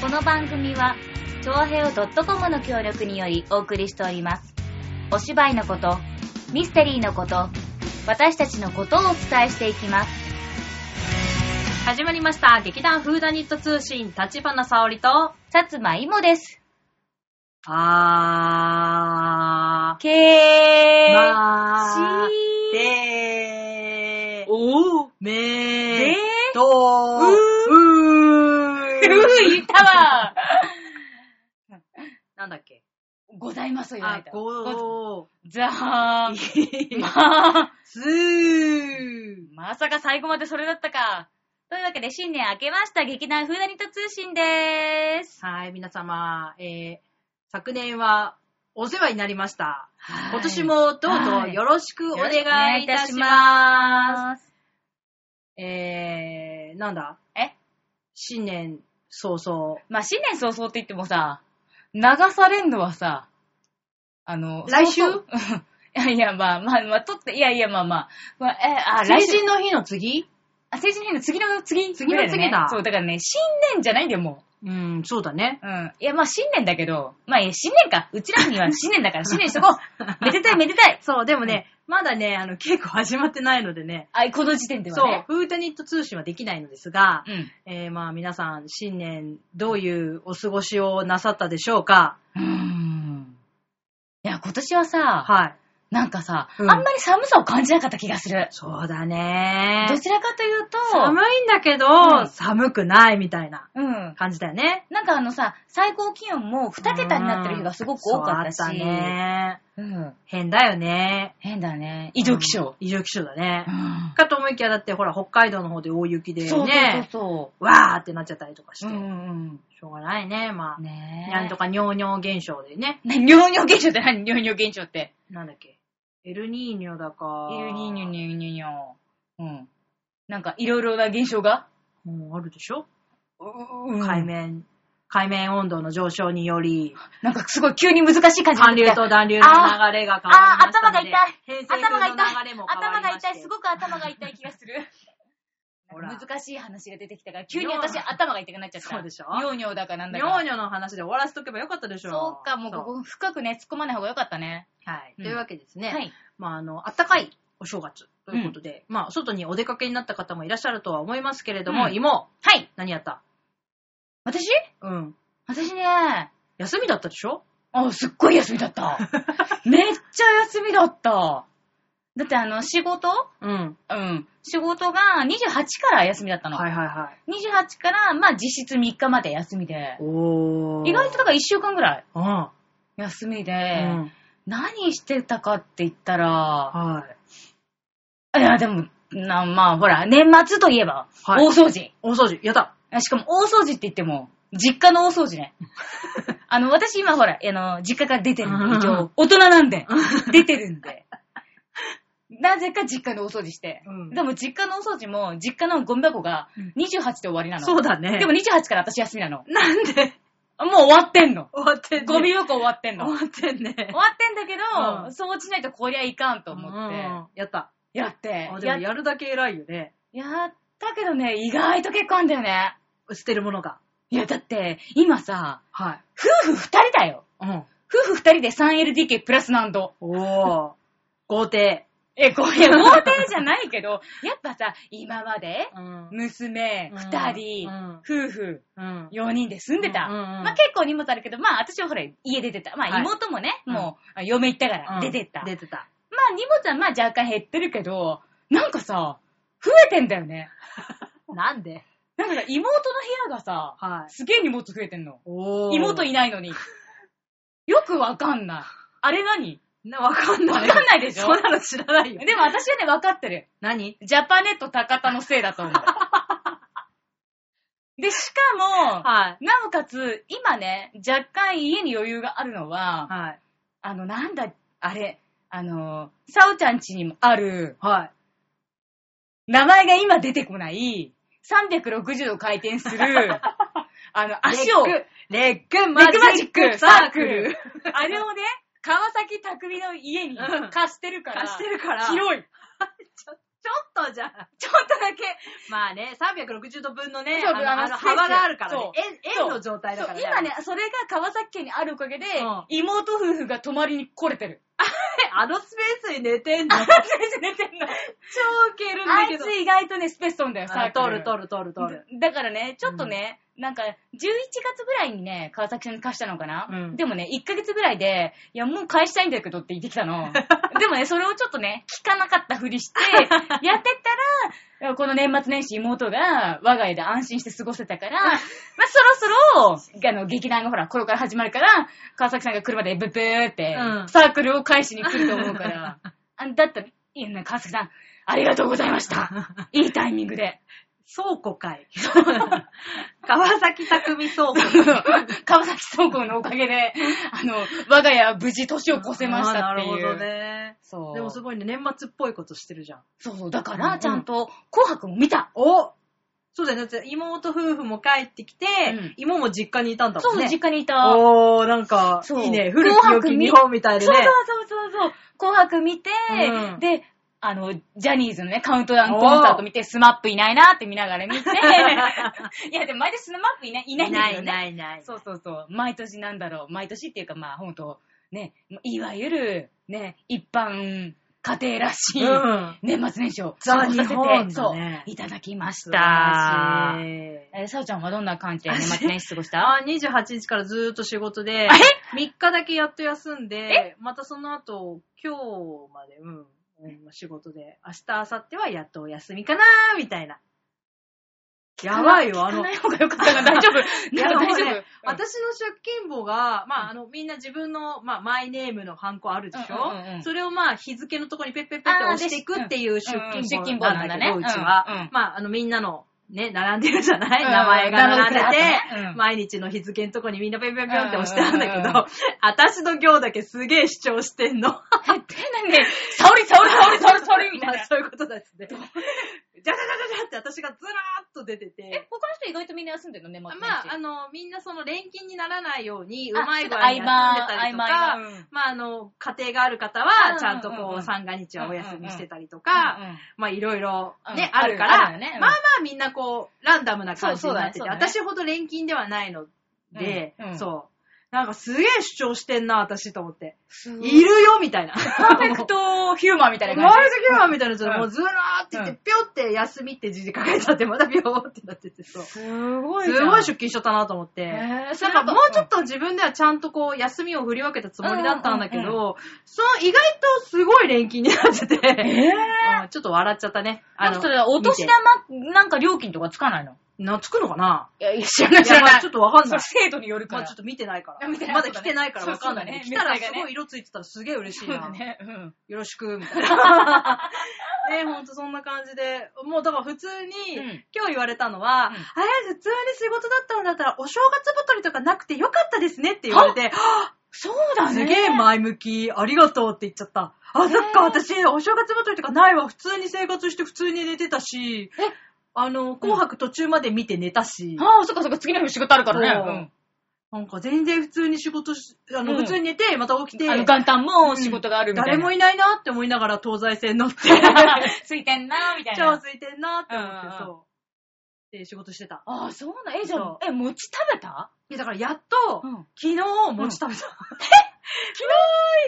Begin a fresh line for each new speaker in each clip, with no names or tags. この番組は、ちょうへお .com の協力によりお送りしております。お芝居のこと、ミステリーのこと、私たちのことをお伝えしていきます。
始まりました。劇団フーダニット通信、立花沙織と、
薩摩いもです。
あー、
けー、
まー、
しー、
でー、
おー、
め
で
ー、とー、う
ー、
ー、
言ったわ
なんだっけ
ございますよ、言われ
あ
た、
ご
ざーん。
ー、
まあ、
すー、
まさか最後までそれだったか。というわけで新年明けました劇団フーダニット通信でーす。
はい、皆様、えー、昨年はお世話になりました。今年
よ
もどうぞ
はい
よろしくお
ろしくお
願
願
い
い
い
い
た
た
し
し
ます。
ます。
えー、なんだ
え
新年早々。
まあ、新年早々って言ってもさ、流されんのはさ、あの、
来週
早々 いやいや、まあまあ、まあ、撮って、いやいや、まあまあ、まあ、え、あ、
成
来週、
人の日の次
あ、成人の日の次の次、
次の次だ
ぐらいねそう、だからね、新年じゃないんだよ、もう。
うん、そうだね。
うん。いや、まあ新年だけど、まあいや新年か。うちらには新年だから新年しとこ う。めでたいめでたい。
そう、でもね、まだね、あの、稽古始まってないのでね、
あ、この時点では
そう
ね。、
フータニット通信はできないのですが、
うん。
えー、まあ皆さん、新年、どういうお過ごしをなさったでしょうか
うーん。いや、今年はさ、
はい。
なんかさ、
うん
あんまり寒さを感じなかった気がする。
そうだね
どちらかというと、
寒いんだけど、
うん
寒くないみたいな
うん。
感じだよね。
なんかあのさ、最高気温も2桁になってる日がすごく多かったし。
そうあったね。
うん。
変だよね。
変だね。異常気象。
うん。異常気象だね
う。ん。
かと思いきや、だってほら、北海道の方で大雪でね、
そうそうそ
わーってなっちゃったりとかし
う。
て、
ん
しょうがないね、まあ。
うん。ねえ。
なんとか尿尿現象でね。
な。尿尿現象って何尿尿現象って。
なんだっけ。エルニーニョだか。
いるににゅにゅにゅにゅ。うん。なんか、いろいろな現象が、
もうあるでしょ、
う
海。面、海面温度の上昇に より、
なんか、すごい急に難しい感じ
寒
に
流
なってきた。
と暖流の流れが変わりましたので。
ああ頭が痛い
頭が痛い
頭が痛い、すごく頭が痛い気がする。
ほら
難しい話が出てきたから、急に私頭が痛くなっちゃった。
そうでしょ
尿尿だかなんだか。
尿尿の話で終わらせとけばよかったでしょ
そうか、もうこ
こ。
こ深くね、突っ込まない方がよかったね。
はい。
うん
というわけですね。
はい。
まあ、あの、暖かいお正月ということで、まあ、外にお出かけになった方もいらっしゃるとは思いますけれども、
うん
芋、
はい。
何やった
私
うん。
私ね、
休みだったでしょ
あ、すっごい休みだ った。めっちゃ休みだった。だってあの、仕事
うん。
うん。仕事が28から休みだったの。
はいはいはい。
28から、まあ実質3日まで休みで。
おー。
意外とだから1週間ぐらい
うん。うん。
休みで、何してたかって言ったら、
はい。
いやでも、なまあほら、年末といえば、
はい
大掃除。
大掃除、やった。
しかも大掃除って言っても、実家の大掃除 ね。あの、私今ほら、あの、実家から出てるんで、一応、大人なんで、出てるんで。なぜか実家の大掃除して。
うん
でも実家の大掃除も、実家のゴミ箱が
うん
28で終わりなの。
そうだね。
でも、28から私休みなの。
なんで終
もう終わってんの。
わってんね。
ゴミ箱終わってん
終
の。
わ
終
ってんね。
わってんだけ
うん
ど、掃除しないとこりゃいかんと思
うんうんう
っ
んやった。
て、やって
あ、。で
や
もやるだけ偉いよね。
やったけどね、意外と結構あんだよね。
捨てるものが。
いや、だって、今さ、
はい。
夫婦二人だよ。
うん。
夫婦二人で 3LDK プラス何度。
おー。豪邸。
え、これ、豪邸じゃないけど、 やっぱさ、今まで、
うん
娘二人、
うん
夫婦
うん。
4人で住んでた。
うんうんうん
まあ結構荷物あるけど、まあ私はほら、家出てた。ま
は
あ
い
妹もね、
うん
もう、嫁行ったから、出てった。
出てた。
まあ荷物はまあ若干減ってるけど、なんかさ、増えてんだよね。
なんで
なんかさ、妹の部屋がさ、
はい。
すげえ荷物増えてんの。
お
妹いないのに。よくわかんない。あれ何
な、わかん
わ
な
か
い。
んないでしょ
そんなの知らないよ。
でも私はね、わかってる。
何
ジャパネット高田のせいだと 思う。で、しかも、
はい。
なおかつ、今ね、若干家に余裕があるのは、
はい。
あの、なんだ、あれ、あの、さおちゃんちにもある、
はい。
名前が今出てこない、360度回転す る、あの、足を、レッ
レッグマ
グマ
ジ
ジ
ッ
ッ
ク
ク
サ
サー
ーク
ク
ル
ル。。あれをね、川崎匠の家に
うん
貸してるから、
貸してるから。
広い。
ょっとじゃあ、
ちょっとだけ、
まあね、360度分のね、
そう
あの
あの
あの幅があるからね
そう。
円円の状態だからね。
そう今ね、それが川崎県にあるおかげで、
うん
妹夫婦が泊まりに来れてる。
あのスペースに寝てんの。
あ
超
先生寝てんの。
ウケる ん
あ
だ
い
けど
つ。意外とね、スペース飛んだよ、
あ
サー
通
クル
る通る通る通る。
だだ からね、ちょっとね、なんか、11月ぐらいにね、川崎さんに貸したのかな、
うん
でもね、1ヶ月ぐらいで、いや、もう返したいんだけどって言ってきた の。でもね、それをちょっとね、聞かなかったふりして、やってったら、この年末年始妹が我が家で安心して過ごせた から、まあ、そろそろ、あの、劇団がほら、これから始まるから、川崎さんが来るまでブブーって
う、ん
サークルを返しに来ると思う から、あだったら、いいよね、川崎さん、ありがとうございました。いいタイミングで。
倉庫かい。川崎匠 倉庫。
川崎倉庫のおかげで、あの、我が家は無事年を越せましたっていう。
あーなるほどね。
そう。
でもすごいね、年末っぽいことしてるじゃん。
そうそう。だから、ちゃんと、紅白も見た。
おそうだよね。だって妹夫婦も帰ってきて、
うん
妹も実家にいたんだ
そ
も
う、
んね。
実家にいた。
おー、なんか、
そう
いいね。古き良き日本みたいで
そう
ね
そう。そうそうそう。紅白見て、
うん
で、あの、ジャニーズのね、カウントダウンコンサート見て、スマップいないなって見ながら見 て、いや、でも毎年スマップいない、いないんだけどね。
いない
そうそうそう。毎年なんだろう。毎年っていうかまあ本当ね、いわゆる、ね、一般家庭らしい、
うん
年末年始を
ザ
過ごさせて、
日本だ
そう
ね、
いただきまし
素晴
た
ら。しい
えー、さおちゃんはどんな感じで年末年始過ごした
あ28日からずーっと仕事で、
あれ
?3 日だけやっと休んで、またその後、今日まで、うん、うん仕事で、明日、明後日はやっとお休みかなー、みたいな。やばいよ、あ
聞
の
かな、い方がよかったかな大丈夫
い
なん
や
か
も
大
う
丈夫、
ね私の借金簿が、まあ、あの、みんな自分の、まあ、マイネームのハンコあるでしょ、
うんうんうんうん
それをまあ、日付のとこにペッペッペッって押していくっていう出
あーでしうん
勤簿なんだけど、
うん出勤簿なん
う
だね
ちは、
うんうん
まあ、あの、みんなの、ね、並んでるじゃない、
うん
名前が並んでて
名前が並んでてねうん
毎日の日付のとこにみんなペンペンペンって押してあるんだけど、
うんうんうんうん
私の行だけすげえ主張してんの。
え、てなんで、沙織沙織沙織沙織沙織みたい
ま
な
あ。そういうことだっすね。じゃじゃじゃじゃじゃって私がずらーっと出てて。
え、他の人意外とみんな休んでるの年末年始。
まあ、あの、みんなその錬金にならないように、う
あ
まい具合に
ちょ
休ん
っ
で
と
たり
合
と
間合
か、
間うん
まあ、あの、家庭がある方
うん
は、ちゃんと
うん
こ
うん
う、三が日はお休みしてたりと
うんう
か、
ん
まあ、いろいろね、
うん
あるか
あるあるよ
ら、
ねうん
まあまあみんなこう、ランダムな感じになって
そうそうだねそうだ
て、
ね
私ほど錬金ではないので
うんうん、
そう。なんかすげえ主張してんな、私と思って。
すごい
いるよみたいな。
パーフェクトヒューマンみたい
周
な感
りが
じ。
ギューみたいなの
うん
もうずらーって言って、ぴょって休みって字字書いてあって、またぴょーってなってて、そう。
すご
すごい出勤しちゃったなと思って。
へーそ
な
れな
んか
んか
もうちょっと自分ではちゃんとこう休みを振り分けたつもりだったんだけど、
うんうん
その意外とすごい錬金になってて、
え
うんちょっと笑っちゃったね。
あの、それお年
見て
玉、なんか料金とかつかないの
な、つくのかない
や、いや知らない
い
知ら
や、ま
な
あ
い。
ちょっとわかんない。
制度によるか
まあ
ら。
ちょっと見てないか
いや
ら。
見てない
まだ来てないからわかんない。
そうそうだね
来たらす
明細が
ご
ね
い色ついてたらすげえ嬉しい
そう
な。
だね。うん。
よろしく、みたいな。 ね、ほんとそんな感じで、もうだから普通に、
うん
今日言われたのは、
うん
あれ、普通に仕事だったんだったら、お正月太りとかなくてよかったですねって言われて、
そうだね。
すげえ前向き、ありがとうって言っちゃった。あ、そっか、
ね
私、お正月太りとかないわ。普通に生活して普通に寝てたし
え、
あの、紅白途中まで見て寝たし、
ああ、そっかそっか、次の日仕事あるからね。
なんか全然普通に仕事し、あの、
うん
普通に寝て、また起きて、
うん。あの、元旦も仕事があるみたいな。
誰もいないなって思いながら東西線乗って、
ついてんな、みたい
超
な。
空いてんなって思って、
うんうんうん
そう。で、仕事してた。
ああ、そうなん。え、じゃあ
そ、
え、餅食べた
いやだからやっと、
ん。うん。
昨日、餅食べ た。え、昨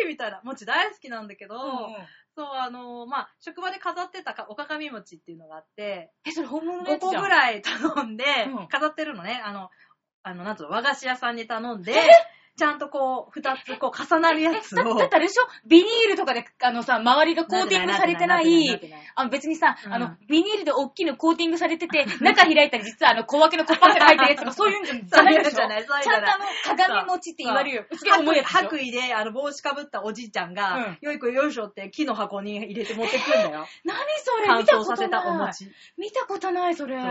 日みたいな。餅大好きなんだけど、そう、あのーまあ、職場で飾ってたかおかかみ餅っていうのがあって、
え、それ本物のや
5
つ
個
じゃん。
ぐらい頼んで
うん、
飾ってるのね。あの、あの、なんと和菓子屋さんに頼んで、ちゃんとこう、2つこう重なるやつ
え、だだっ
を。
てあれでしょビニールとかで、あのさ、周りがコーティングされて ない、あの別にさ、
うん
あの、ビニールで大きいのコーティングされてて、中開いたら実はあの、小分けのコッパが入ってるやつとか、そういうんじゃないでしょ
そういうのじ
ちゃ
ゃ
んと
ないそういうのじゃない
あの、鏡餅って言われるよ。すげえ
白
重い
衣
やつでしょ。
白衣で、あの、帽子かぶったおじいちゃん
う
が
ん、
よいこよいしょって木の箱に入れて持ってくん だよ。
何それ
乾
見た
燥
ことな
させ
い。
たお餅。
見たことない、それ。
そう
そ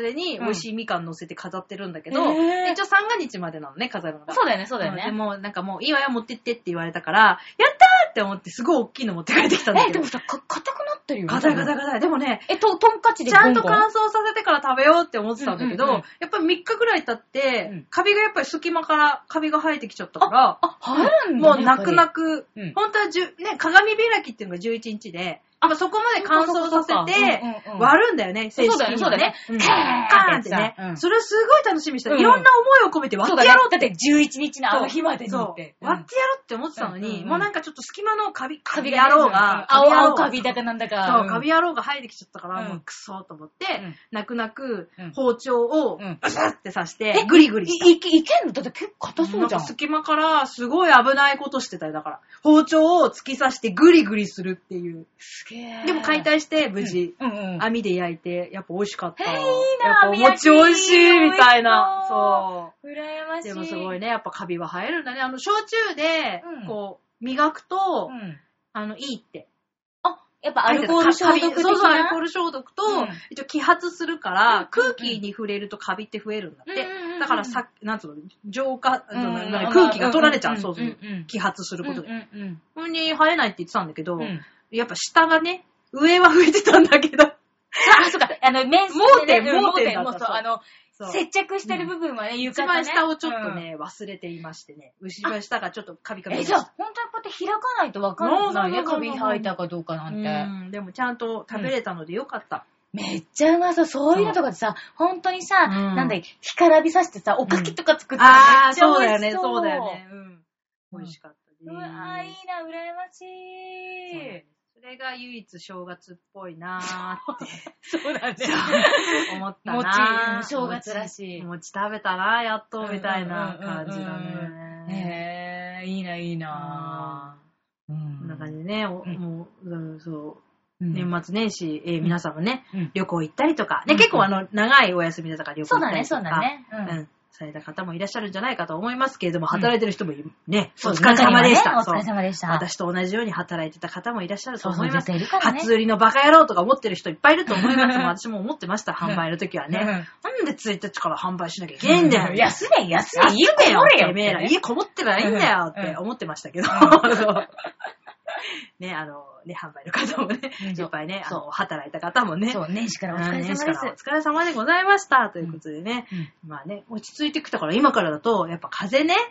それに、
うん
美味しいみかん乗せて飾ってるんだけど、
へー
一応三が日までなのね、飾るのが。
うだよね、そうだよ
んで
ね。
も、なんかもう、いいわよ、持ってってって言われたから、やったーって思って、すごい大きいの持って帰ってきたんだ
え、
け
で
ど
も。さ、か、硬くなってるよね。
硬い硬い硬い。でもね、
え、と、とんかちで
ちゃんと
ゴンゴン
乾燥させてから食べようって思ってたんだけど、
うんうんうん
やっぱり3日ぐらい経って、
うん
カビがやっぱり隙間からカビが生えてきちゃったから、
あ、入るんだ
も
ね。
う泣く
やっ
泣く、
うん
本当はじゅ、ね、鏡開きっていうのが11日で、あ、まあそこまで乾燥させて、
うんうんうん
割るんだよね、正式には
そうだねそうだね
ん
カ
カ
ー
ー
ン
ン
っ
ってて
さ
ね
う。ん
それすごい楽しみにした。
うん
いろんな思いを込めて割
そう
っ
だ
て
ね
やろうって。
だって11日のあの日までに
そう
って。うん
割ってやろうって思ってたの
うんうん
に、
うん
もうなんかちょっと隙間のカビ、カ
カビ
ビ
が
野郎が、
青、
野郎
青
が
カビだかなんだか。
そう、カビ野郎が生えてきちゃったか
うん
ら、もうクソと思って
うん、
泣く泣く
うん
包丁を
うん、
バシャって刺し
え
て、グリグリした。
い、いけ、いけんのだって結構硬そ
な
うんじゃ
か
ん。
隙間からすごい危ないことしてたよ、だから。包丁を突き刺してグリグリするっていう。
すげえ
でも解体して、無事。
うんうんうん。
網で焼いて、やっぱ美味しかった。
へえいい
や
な
っぱお餅美味しいみたいな。
美味しそ
そう。
うらやましい。
でもすごいね、やっぱカビは生えるんだね。あの、焼酎で
うん、
こう、磨くと、
うん。
あの、いいって。
あ、やっぱアルコール消毒的
カビ
な。
そうそう、アルコール消毒と
うん、
一応揮発するから、空気に触れるとカビって増えるんだっ
うんうんうんうん
て。だからさ、なんつうの、浄化、
うんうん
な
うん
な空気が取られちゃ
ん
う。そうそ
ん
う。
ん
揮発することで。
うんうん
これに生えないって言ってたんだけど
うん。う、ん
やっぱ下がね、上は増えてたんだけど、
あ、そうか。あの、面積でね
盲点
うん
盲点だ
も
っ
う
た
そう、
そう
あの、
そう
接着してる部分はね、
一
床
番下をちょっと。ね、忘れていましてね。後ろ下がちょっとカビカ
うん
ビ
え、
に
じ
な
ゃ
っ
あ、本当にこうやって開かないとわかんないね。
そうそうそうそう
カビ生えたかどうかな
た
んて。
うんでもちゃんと食べれたのでよかった。
めっちゃうまそう。そういうのとかでさ、本当にさ、
うん
なんだい、干からびさしてさ、おかきとか作って
あ
め
あ、
っちゃ
そうだ
美
よ
味
ね、
し
そうだよね。うん。美味しかったです
うわーいいな、羨まし
そうな
い
んで。すそれが唯一正月っぽいなーって
そうだね。
思った
餅
なー。
うん、正月らしい
餅。餅食べたな、やっと、みたいな感じ
うんうん
だね。
へえ、いいな、いいな。こ
こ
ん
んな感じでね、お
うん
もう、うんそう、
年
年末年始、えー皆さんもね、
うん
旅行行ったりとか、
う
ね、
ん
結構あの、長いお休みだから旅行
そう
行
だ
ったり
ね、
とか、
そうだね。う
うんん。された方もいらっしゃるんじゃないかと思いますけれども、働いてる人もいるね、
そう
お疲れ様でし
中には
た。
ねお疲れ様でした
そう私と同じように働いてた方もいらっしゃると
そう
思
そう、
いま
絶
す。
対いるからね。
初売りのバカ野郎とか思ってる人いっぱいいると思いますもん私も思ってました、販売の時はね。
うん
なんで1日から販売しなきゃいけないんだよ。
休め、休め、
休
家
めよ
これよ
てめえら、
ってね
家こもってりゃいいんだよって思ってましたけど、そう ね、あの、ね、販売の方もね、
うん
いっぱいね、あ
そ
の、働いた方もね、
そう、年始からお疲れ様で
年
す
始。からお疲れ様でございました、ということでね、まあね、落ち着いてきたから、今からだと、やっぱ風邪ね、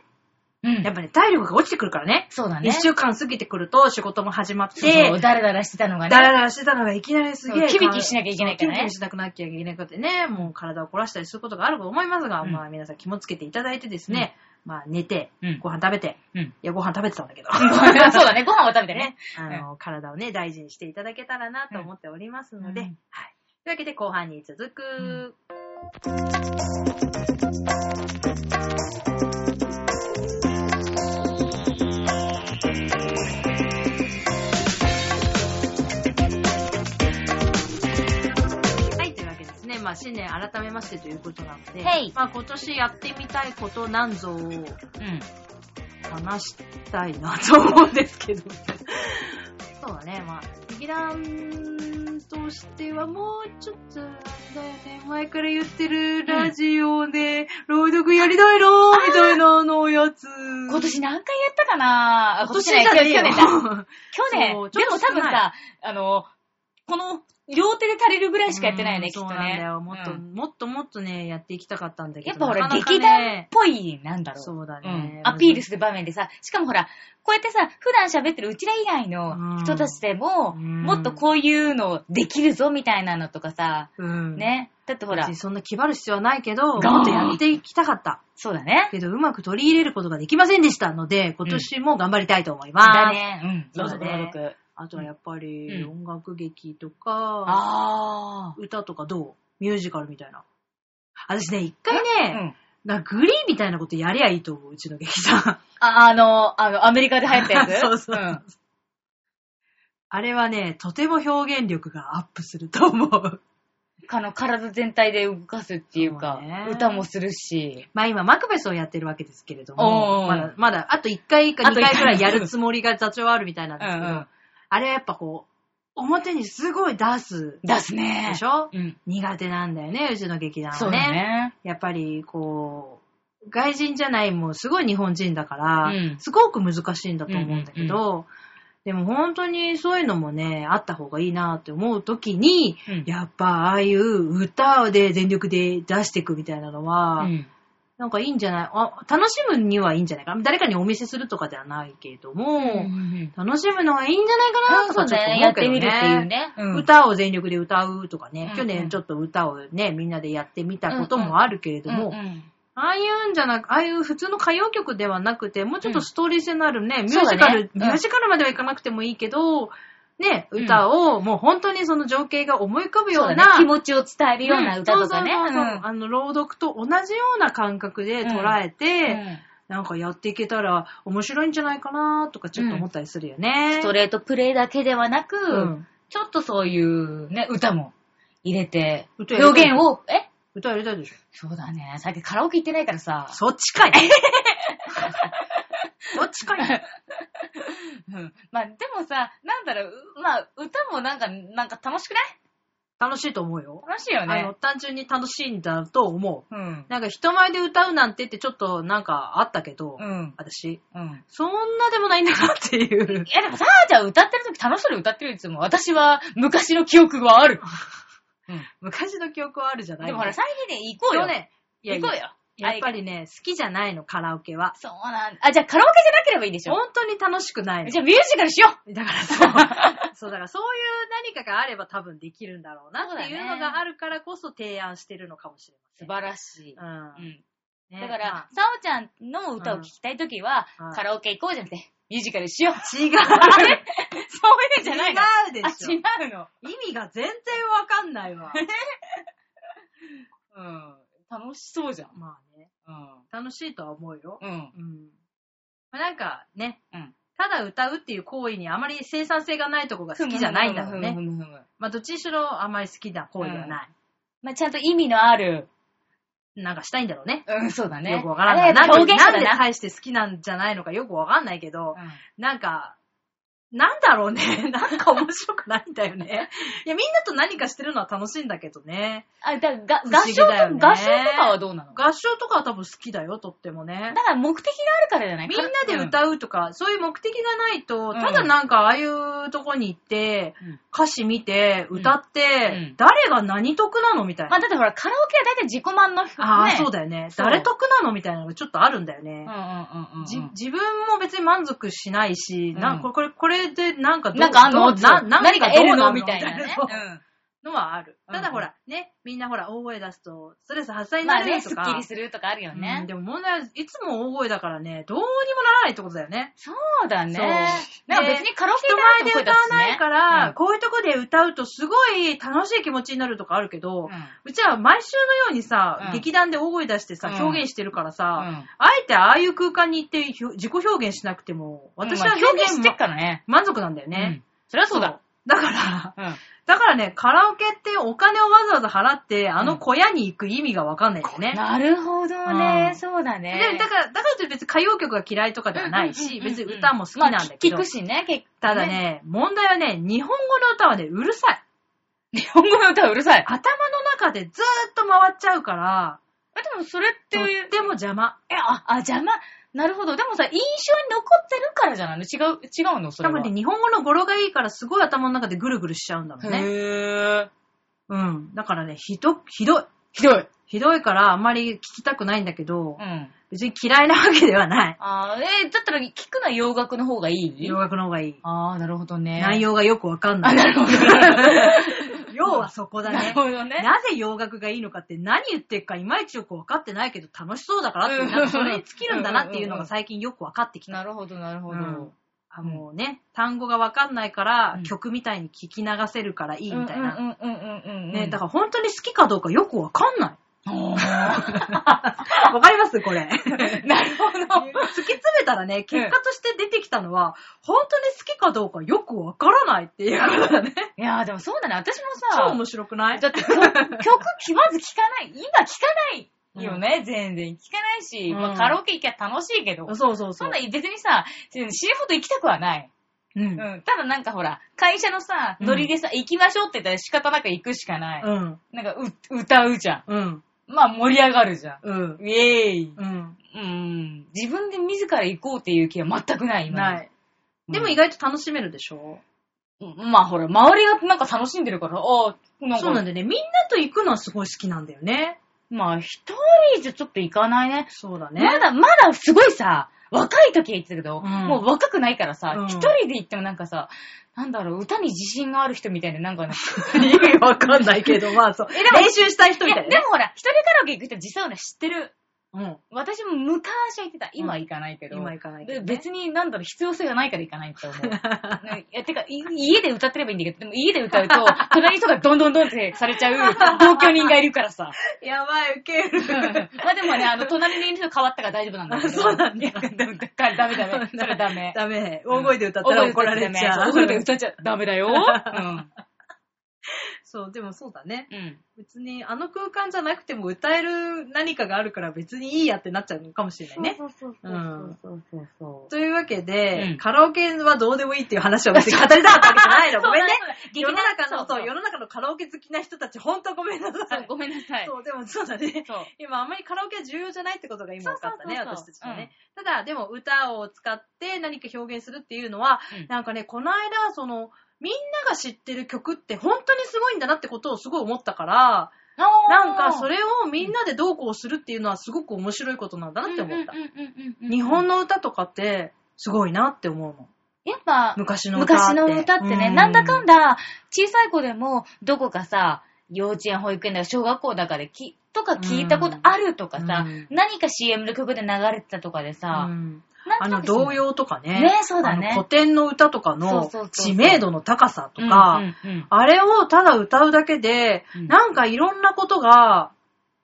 うんうん
やっぱね、体力が落ちてくるからね、
そうだね。
一週間過ぎてくると仕事も始まっ
そうそう、
て、
ダラダラしてたのが
だ
ね。
らだらしてたのがいきなりすげえ。
そうキビキビしなきゃいけないからね
そうキビキビしなくなきゃいけなくてね、もう体を凝らしたりすることがあると思いますが、
うん
まあ皆さん気もつけていただいてですね、まあ寝て
うん、
ご飯食べて、
うん
いや、ご飯食べてたんだけ ど。
そうだね、ご飯を食べてね
ね。、あの、体をね、大事にしていただけたらなと思っておりますので、
うん
はい。というわけで、後半に続く、
ん
はい、というわけですね、まあ、新年改めましてということなので、
へい
まあ、今年やってみたいことなんぞを
うん。
話したいなと思うんですけど。 そうだね、まあ、劇団としてはもうちょっと、なんだよね、前から言ってるラジオで、朗読やりたいなーみたいなあのやつ。
今年何回やったかなあ
今
今
年
年
じゃ
じゃ
ね
ね
え
え
よ
よ去年だ。 去年
そうちょ
で
っと
も多分さ、あの、この、両手で足りるぐらいしかやってないよね、
う
き
ん
っと
そうなんだ
ね。
よ。もっと、
うん
もっともっとね、やっていきたかったんだけど。
やっぱほら、
なかなか
劇団っ
ね
ぽい、なんだろう。
そうだ
うん
ね。
アピールする場面でさ、しかもほら、こうやってさ、普段喋ってるうちら以外の人たちでも、
うん
もっとこういうのできるぞみたいなのとかさ、
うん。
ね。だってほら
別に、そんな気張る必要はないけど、も
ガーン
っとやっていきたかった。
そうだね。
けど、うまく取り入れることができませんでしたので、今年も頑張りたいと思います。
だね。うん。朗
そうだ
読
ね
朗読。
あとはやっぱり、
うん
音楽劇とか、
あ
歌とかどうミュージカルみたいな。私ね、一回
あ。う
ね、
ん。
なんかグリーンみたいなことやりゃいいと思う、うちの劇団。
あ、あの、あの、アメリカで流行ったやつ
そうそうそうんあれはね、とても表現力がアップすると思う。
あの、体全体で動かすっていうか
そうね、
歌もするし。
まあ今、マクベスをやってるわけですけれど
おー
も、まだ、まだ、あと1回か
あ
2
と一回
回くらいやるつもりが座長はあるみたいなんですけど、
うんうん
あれはやっぱこう、表にすごい出す
出すね。
でしょ、
うん。
苦手なんだよね、うちの劇団
そ
は
う
ね。
だね。
やっぱり、こう、外人じゃない、もうすごい日本人だから、
うん
すごく難しいんだと思うんだけど、でも本当にそういうのもね、あった方がいいなって思うときに、
うん
やっぱああいう歌で全力で出していくみたいなの
う
は、
ん。
なんかいいんじゃないあ、楽しむにはいいんじゃないかな誰かにお見せするとかではないけども、楽しむのはいいんじゃないかなと
そ
か
う
ちょっと
だね。
思
や
う
っ
け
て
どね。
みるっていうね。うん
歌を全力で歌うとかね、
うん
去年ちょっと歌をね、みんなでやってみたこともあるけれど
う
も、
んうん
ああいうんじゃなく、ああいう普通の歌謡曲ではなくて、もうちょっとストーリー性のあるね、ミュー
そ
ジカル、
うだねうん
ミュージカルまではいかなくてもいいけど、ね、
うん
歌をもう本当にその情景が思い浮かぶよ
そううだ
な、
ね。気持ちを伝えるような歌とかね。
うんそうそうそうそう
うん
あの、朗読と同じような感覚で捉えて、
うん
なんかやっていけたら面白いんじゃないかなとかちょっと思ったりするよね。
ストレートプレイだけではなく、
うん
ちょっとそういうね、歌も入れて、
歌
表
やりたい
現を、え
歌やりたいでしょ。
そうだね。さっきカラオケ行ってないからさ。
そっちかいどっちかい
うん。まあ、でもさ、なんだろう、うまあ、歌もなんか、なんか楽しくない
楽しいと思うよ。
楽しいよ
あの、
ね。
単純に楽しいんだと思う。
うん。
なんか人前で歌うなんてってちょっとなんかあったけど、
うん。
私、
うん。
そんなでもないんだなっていう。
いや、でも、さあちゃん歌ってる時楽しそうに歌ってるいつも。私は昔の記憶がある。うん。
昔の記憶はあるじゃない
でもほら、最近ね、行こう
去
よ。
年、いやい
行
や
こうよ。
やっぱりね、好きじゃないの、カラオケは。
そうなんあ、じゃあカラオケじゃなければいいでしょ
本当に楽しくないの
じ。ゃあミュージカルしよう
だから そう、そうだからそういう何かがあれば多分できるんだろうなっていうのがあるからこそ提案してるのかもしれ
素晴らしい。う
ません。う
ん。
ん。ね
だか
ま
ら
あ、
さおちゃんの歌を聴きたいときは
うん、
カラオケ行こうじゃなくて、ミュージカル しよう。
違う。
あれそういうのじゃないの
違うでしょ。
あ、違うの。
意味が全然わかんない わ。
うん。楽しそうじゃん。
まあね、
うん。
楽しいとは思うよ。
うん。
うん。まあ、なんかね、
うん
ただ歌うっていう行為にあまり生産性がないとこが好きじゃないんだろう
ふ
ね。
むふむふむ
まあどっちにしろあんまり好きな行為ではない。
まあ、ちゃんと意味のある。
なんかしたいんだろうね。
うん、そうだね。
よくわからない。
あ
な
れは
ん
表
で、
現者
なんで
だな。
対して好きなんじゃないのかよくわかんないけど、なんか、なんだろうね。なんか面白くないんだよね。いや、みんなと何かしてるのは楽しいんだけどね。
あ、だが
不思
合
議
唱
だよね
と、合唱とかはどうなのだ
合唱とかは多分好きだよ、とってもね。
から目的があるからじゃない
みんなで歌うとか、そういう目的がない
う
と、
ん
ただなんかああいうとこに行って、
うん
歌詞見て、歌って、
うん
誰が何得なのみたい
ま
な。
あ、だってほら、カラオケは大体自己満の人
ああ、
ね
そうだよね。
そう
誰得なのみたいなのがちょっとあるんだよね。
うんうんうんうんうん。
じ自分も別に満足しないし、なん
う
かこれ、これでなんかどう
なんかあんの
どうななん
何か
どう
得る
な
のみたいなね。
そう
うん
のはある。
うん
ただほら、ね、みんなほら、大声出すと、ストレス発散に
ま
な
あ
る
ね、
と
すっ
か。
きりするとかあるよ
う
ね
ん。でも問題はいつも大声だからね、どうにもならないってことだよね。
そうだね
そう。
なんか
で
別にカラオケ、
人前で歌わないからら、
うん
こういうとこで歌うとすごい楽しい気持ちになるとかあるけど、
うん
うちは毎週のようにさ、
うん
劇団で大声出してさ、
うん
表現してるからさ、
うん
あえてああいう空間に行ってひょ自己表現しなくても、私は
まあ表
表
現
現
し
も
てっからね。
満足なんだよ
う
ね
ん。そりゃそうだ。
だから、
うん。
だからね、カラオケってお金をわざわざ払って、あの小屋に行く意味がわかんないよね。
なるほど
う
ね
ん。
そうだね。
でだから、だからといって別に歌謡曲が嫌いとかではないし、
うんうんうんうん
別に歌も好きなんだけど。
まあ聞くしね、結構
ただ。ね、問題はね、日本語の歌はね、うるさい。
日本語の歌はうるさい。
頭の中でずーっと回っちゃうか
あ、
ら、
でもそれって
とっ、ても邪魔。
え、あ、あ、邪魔。なるほど。でもさ、印象に残ってるからじゃないの違う、違うのそれ
多
は。
分ね、日本語の語呂がいいから、すごい頭の中でぐるぐるしちゃうんだろうね。
へー。
うん。だからね、ひど、ひどい。
ひどい。
ひどいから、あんまり聞きたくないんだけど
う、ん。
別に嫌いなわけではない。
あーえーだったら聞くのは洋楽の方がいい
洋楽の方がいい。
ああ、なるほどね。
内容がよくわかんない。
あなるほど
要はそこだ
な
ね
る。ほどね。
なぜ洋楽がいいのかって何言ってるかいまいちよく分かってないけど楽しそうだからって、
うん
なんかそれに尽きるんだなっていうのが最近よく分かってきた。
なるほど、なるほど。
うんあもうね、単語が分かんないから、
うん
曲みたいに聞き流せるからいいみたいな。
うんうんうんうんうんうん。
ね、だから本当に好きかどうかよく分かんない。
ら。
わかりますこれ。
なるほ
突
ど。
き詰めたらね、結果として出てきたのは、本当に好きかどうかよく分からないっていうことだね。
いやーでもそうだね。私も
超
さ、
面白くない
だって曲、曲きまず聞かない。今聞かないよね、全然。聞かないし、
う
ま
ん
あ、カラオケ行きゃ楽しいけど、
そうそうそ
そ
うん
な。別にさ、死ぬほど行きたくはない。
う。
うんん。ただなんかほら、会社のさ、
うん
ノリでさ、行きましょうって言ったら仕方なく行くしかない。
うん。
なんかう、歌うじゃん。
うん。
まあ盛り上がるじゃん。
うん。
イエーイ。
うん。
うん。自分で自ら行こうっていう気は全くない、今。
ない。
うん。
でも意外と楽しめるでしょ、
まあほら、周りがなんか楽しんでるから、ああ、なんか。
そうなんだよね。みんなと行くのはすごい好きなんだよね。
まあ、一人じゃちょっと行かないね。
そうだ
まだ、まだすごいさ、若い時は言ってたけど、
うん
もう若くないからさ
う、ん
一、人で行ってもなんかさ、なんだろう、歌に自信がある人みたいな、なんかね。 い
意味わかんない けど、まあそう。
えでも
練習したい人みた
や、
い
で
な、ね。
もほら、一人カラオケ行く人実際は知ってる。
うん。
私も昔は行ってた。今は行かないけど。
今行かないけ
で
ど、ね。
別になんだろう、必要性がないから行か ないと思う。ねいや、てか、い家で歌ってればいいんだけど、でも家で歌う と、隣の人がどんどんどんってされちゃ う同居人がいるからさ。
やばい、ウケる。
うんまあでもね、あの、隣にいる人変わったから大丈夫なんだけど。
そうなん だ
いやでもだからダメダ メ。それはダメ。
ダメ。大声で歌ったら怒られちゃ
大
う。
声で歌っちゃダメだよ。 うん。
そう、でもそうだね。
うん。
別に、あの空間じゃなくても歌える何かがあるから別にいいやってなっちゃうのかもしれないね。
そうそう
そうそう
そうそうそ
というわけで、
うん
カラオケはどうでもいいっていう話を別に語りたかったわけじゃないの。ごめんね。
そう
世の中の、
そう
そう、世の中のカラオケ好きな人たち、ほんとごめんなさ
そう
い。
ごめんなさい。
そう、でもそうだね。
そう。
今、あんまりカラオケは重要じゃないってことが今分かったね、
そうそうそうそう
私たちのね。ただ、でも歌を使って何か表現するっていうのは、
うん
なんかね、この間、その、みんなが知ってる曲って本当にすごいんだなってことをすごい思ったから、なんかそ
れ
れをみんなでどうこうするっていうのはすごく面白いことなんだなって思った。日
日
本の歌とかってすごいなって思うの。
やっぱ、
昔の歌って。
昔の歌ってね、
う
なんだかんだ、小さい子でも、どこかさ、幼稚園、保育園だか小学校だかでき、とか聞いたことあるとかさ、
うん
何か CM の曲で流れてたとかでさ、
うん
な
あ
んと
の
なくそ
童謡とかね。
ねそうだね
あの古典の歌とか
そうそ
の
うそうそう
知名度の高さとか、
うんうんうん
あれをただ歌うだけで、
うん
なんかいろんなことが、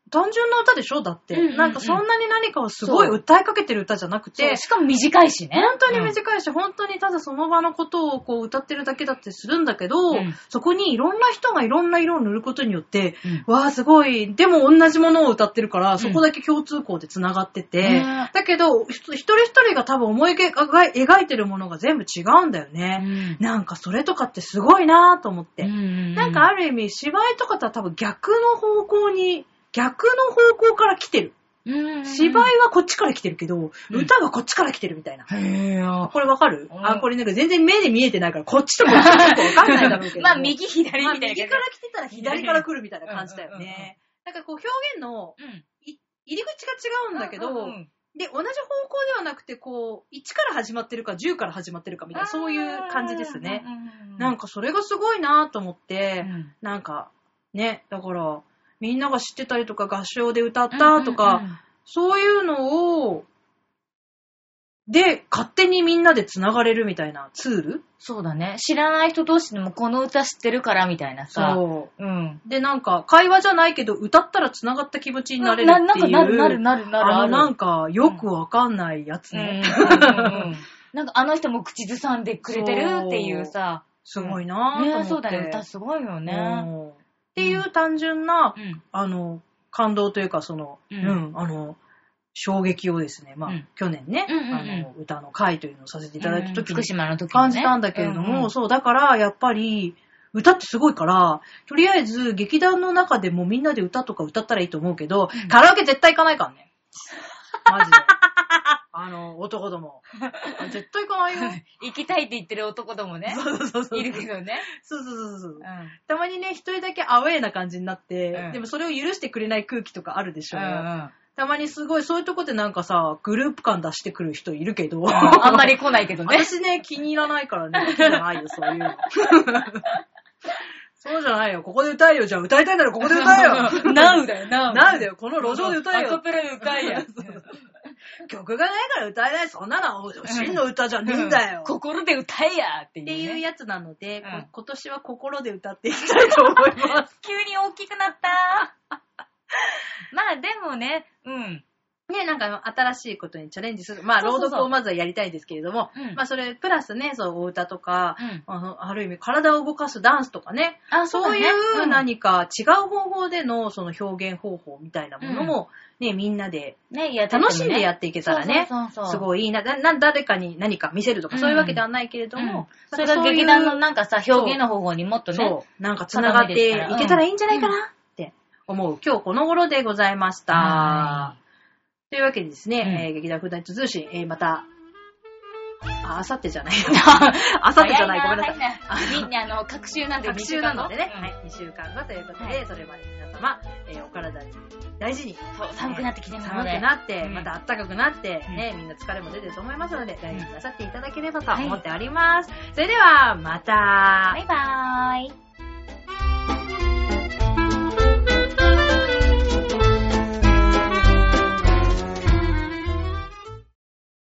単純な歌でしょだって、
うんうんうん
なんかそんなに何かをすごい
そう
訴えかけてる歌じゃなく
そう
て、
しかも短いしね。
本当に短いし、本当にただその場のことをこう歌ってるだけだってするんだけど、
うん
そこにいろんな人がいろんな色を塗ることによって、
うん
わあすごい、でも同じものを歌ってるか
ん
ら、そこだけ共通項で繋がってて、
ね
だけど、ひ一人一人が多分思い描い描いてるものが全部違うんだよ
う
ね。
ん
なんかそれとかってすごいなぁと思って。
うん
なんかある意味、芝居とかとは多分逆の方向に、逆の方向から来てる。
うん
芝居はこっちから来てるけど、
うん
歌はこっちから来てるみたいな。
へぇ
これわかる、
うん
あ、これなんか全然目で見えてないから、こっちとこっちとかわかんないだろうけど。
まあ、右、左
まあ
みたいな感じ
右
で
から来てたら左から来るみたいな感じだよ
うんうんうんうん
ね。なんかこう表現の
うん
入り口が違うんだけど、
うんうん
で、同じ方向ではなくて、こう、1から始まってるか10から始まってるかみたいな、そういう感じですね。。なん
か、
かそれがすごいなと思って、
うん
なんか、ね、だから、みんなが知ってたりとか、合唱で歌ったとか、、そういうのを、で、勝手にみんなで繋がれるみたいなツール
そうだね。知らない人同士でもこの歌知ってるからみたいなさ。。
そう
ん。
う。で、なんか、会話じゃないけど、歌ったら繋がった気持ちになれるっていう。
ななんかなるなるなるなるあ
あ
る
の、なんか、よくわかんないやつ
うんうん
ね。
うんうん なんかあの人も口ずさんでくれてるっていうさ。
すごいなぁと思って。
ねそうだね。歌すごいよね。
うんっていう単純な、
うん。
あの、感動というか、その、
う
うんん、あの、衝撃をですね、まあ、
うん
去年ね、
うんうんうん
あの、歌の会というのをさせていただいた時
うん福
に
島の時
感じたんだけれども、そう、だから、やっぱり、歌ってすごいから、とりあえず、劇団の中でもみんなで歌とか歌ったらいいと思うけど、
うん
カラオケ絶対行かないから ね。マジで。あの、男ど も。絶対行かないよ。
行きたいって言ってる男どもね。
そうそうそうそう。
いるけどね。
そうそうそうそう。
うん。
たまにね、一人だけアウェーな感じになって、
うん
でもそれを許してくれない空気とかあるでしょ。
あ
たまにすごい、そういうとこでなんかさ、グループ感出してくる人いるけど、
あんまり来ないけどね。
私ね、気に入らないからね、好きじゃないよ、そういう の。そうじゃないよ、ここで歌えよ、じゃあ歌いたいならここで歌えよ。
なうだよ、なう。
なんだよ、この路上で歌え
アカ
よ。
ペラ歌えや。
曲がないから歌えない、そんなの、真の歌じゃねえんだよ。
心で歌えやっていう
っていう
ね。
やつなので、こ
うん
今年は心で歌っていきたいと思います。
急に大きくなった。 まあでもね、うん。
ね、なんか新しいことにチャレンジする。まあ、
そうそうそう
朗読をまずはやりたいですけれども、
うん
まあ、それ、プラスね、そう、お歌とか、
うん
あのある意味、体を動かすダンスとかね、
あ
そう
だね
いうん何か違う方法での、その表現方法みたいなものも、ね、みんなで
ね、いや
楽しんでや
っ
っていけ
て
たらね、す
い。
ごいいいななな、誰かに何か見せるとか、
うん
そういうわけではないけれど
うん
も、
それが劇団のなんかさ、
う
表現の方法にもっとね。
そう、なんか繋がっていけたらいいんじゃないかなって思う、今日この頃でございました。
は
というわけでですね、
うん
えー劇団フーダイト通信、えーまた、あ、あさってじゃ ない。あさってじゃない。ごめんなさい。
い。みんな、あの、各週なんで、
各週なの
の
でね、はい、2週間後ということで、
はい
それまで皆様、えーお体に大事に、
そう、寒くなってきてる
寒
の
く
で。
なって、
うん
また暖かくなって、
うん
ね、みんな疲れも出てると思いますので、大事になさっていただければと
はい
思っております。それでは、また。
バイバーイ。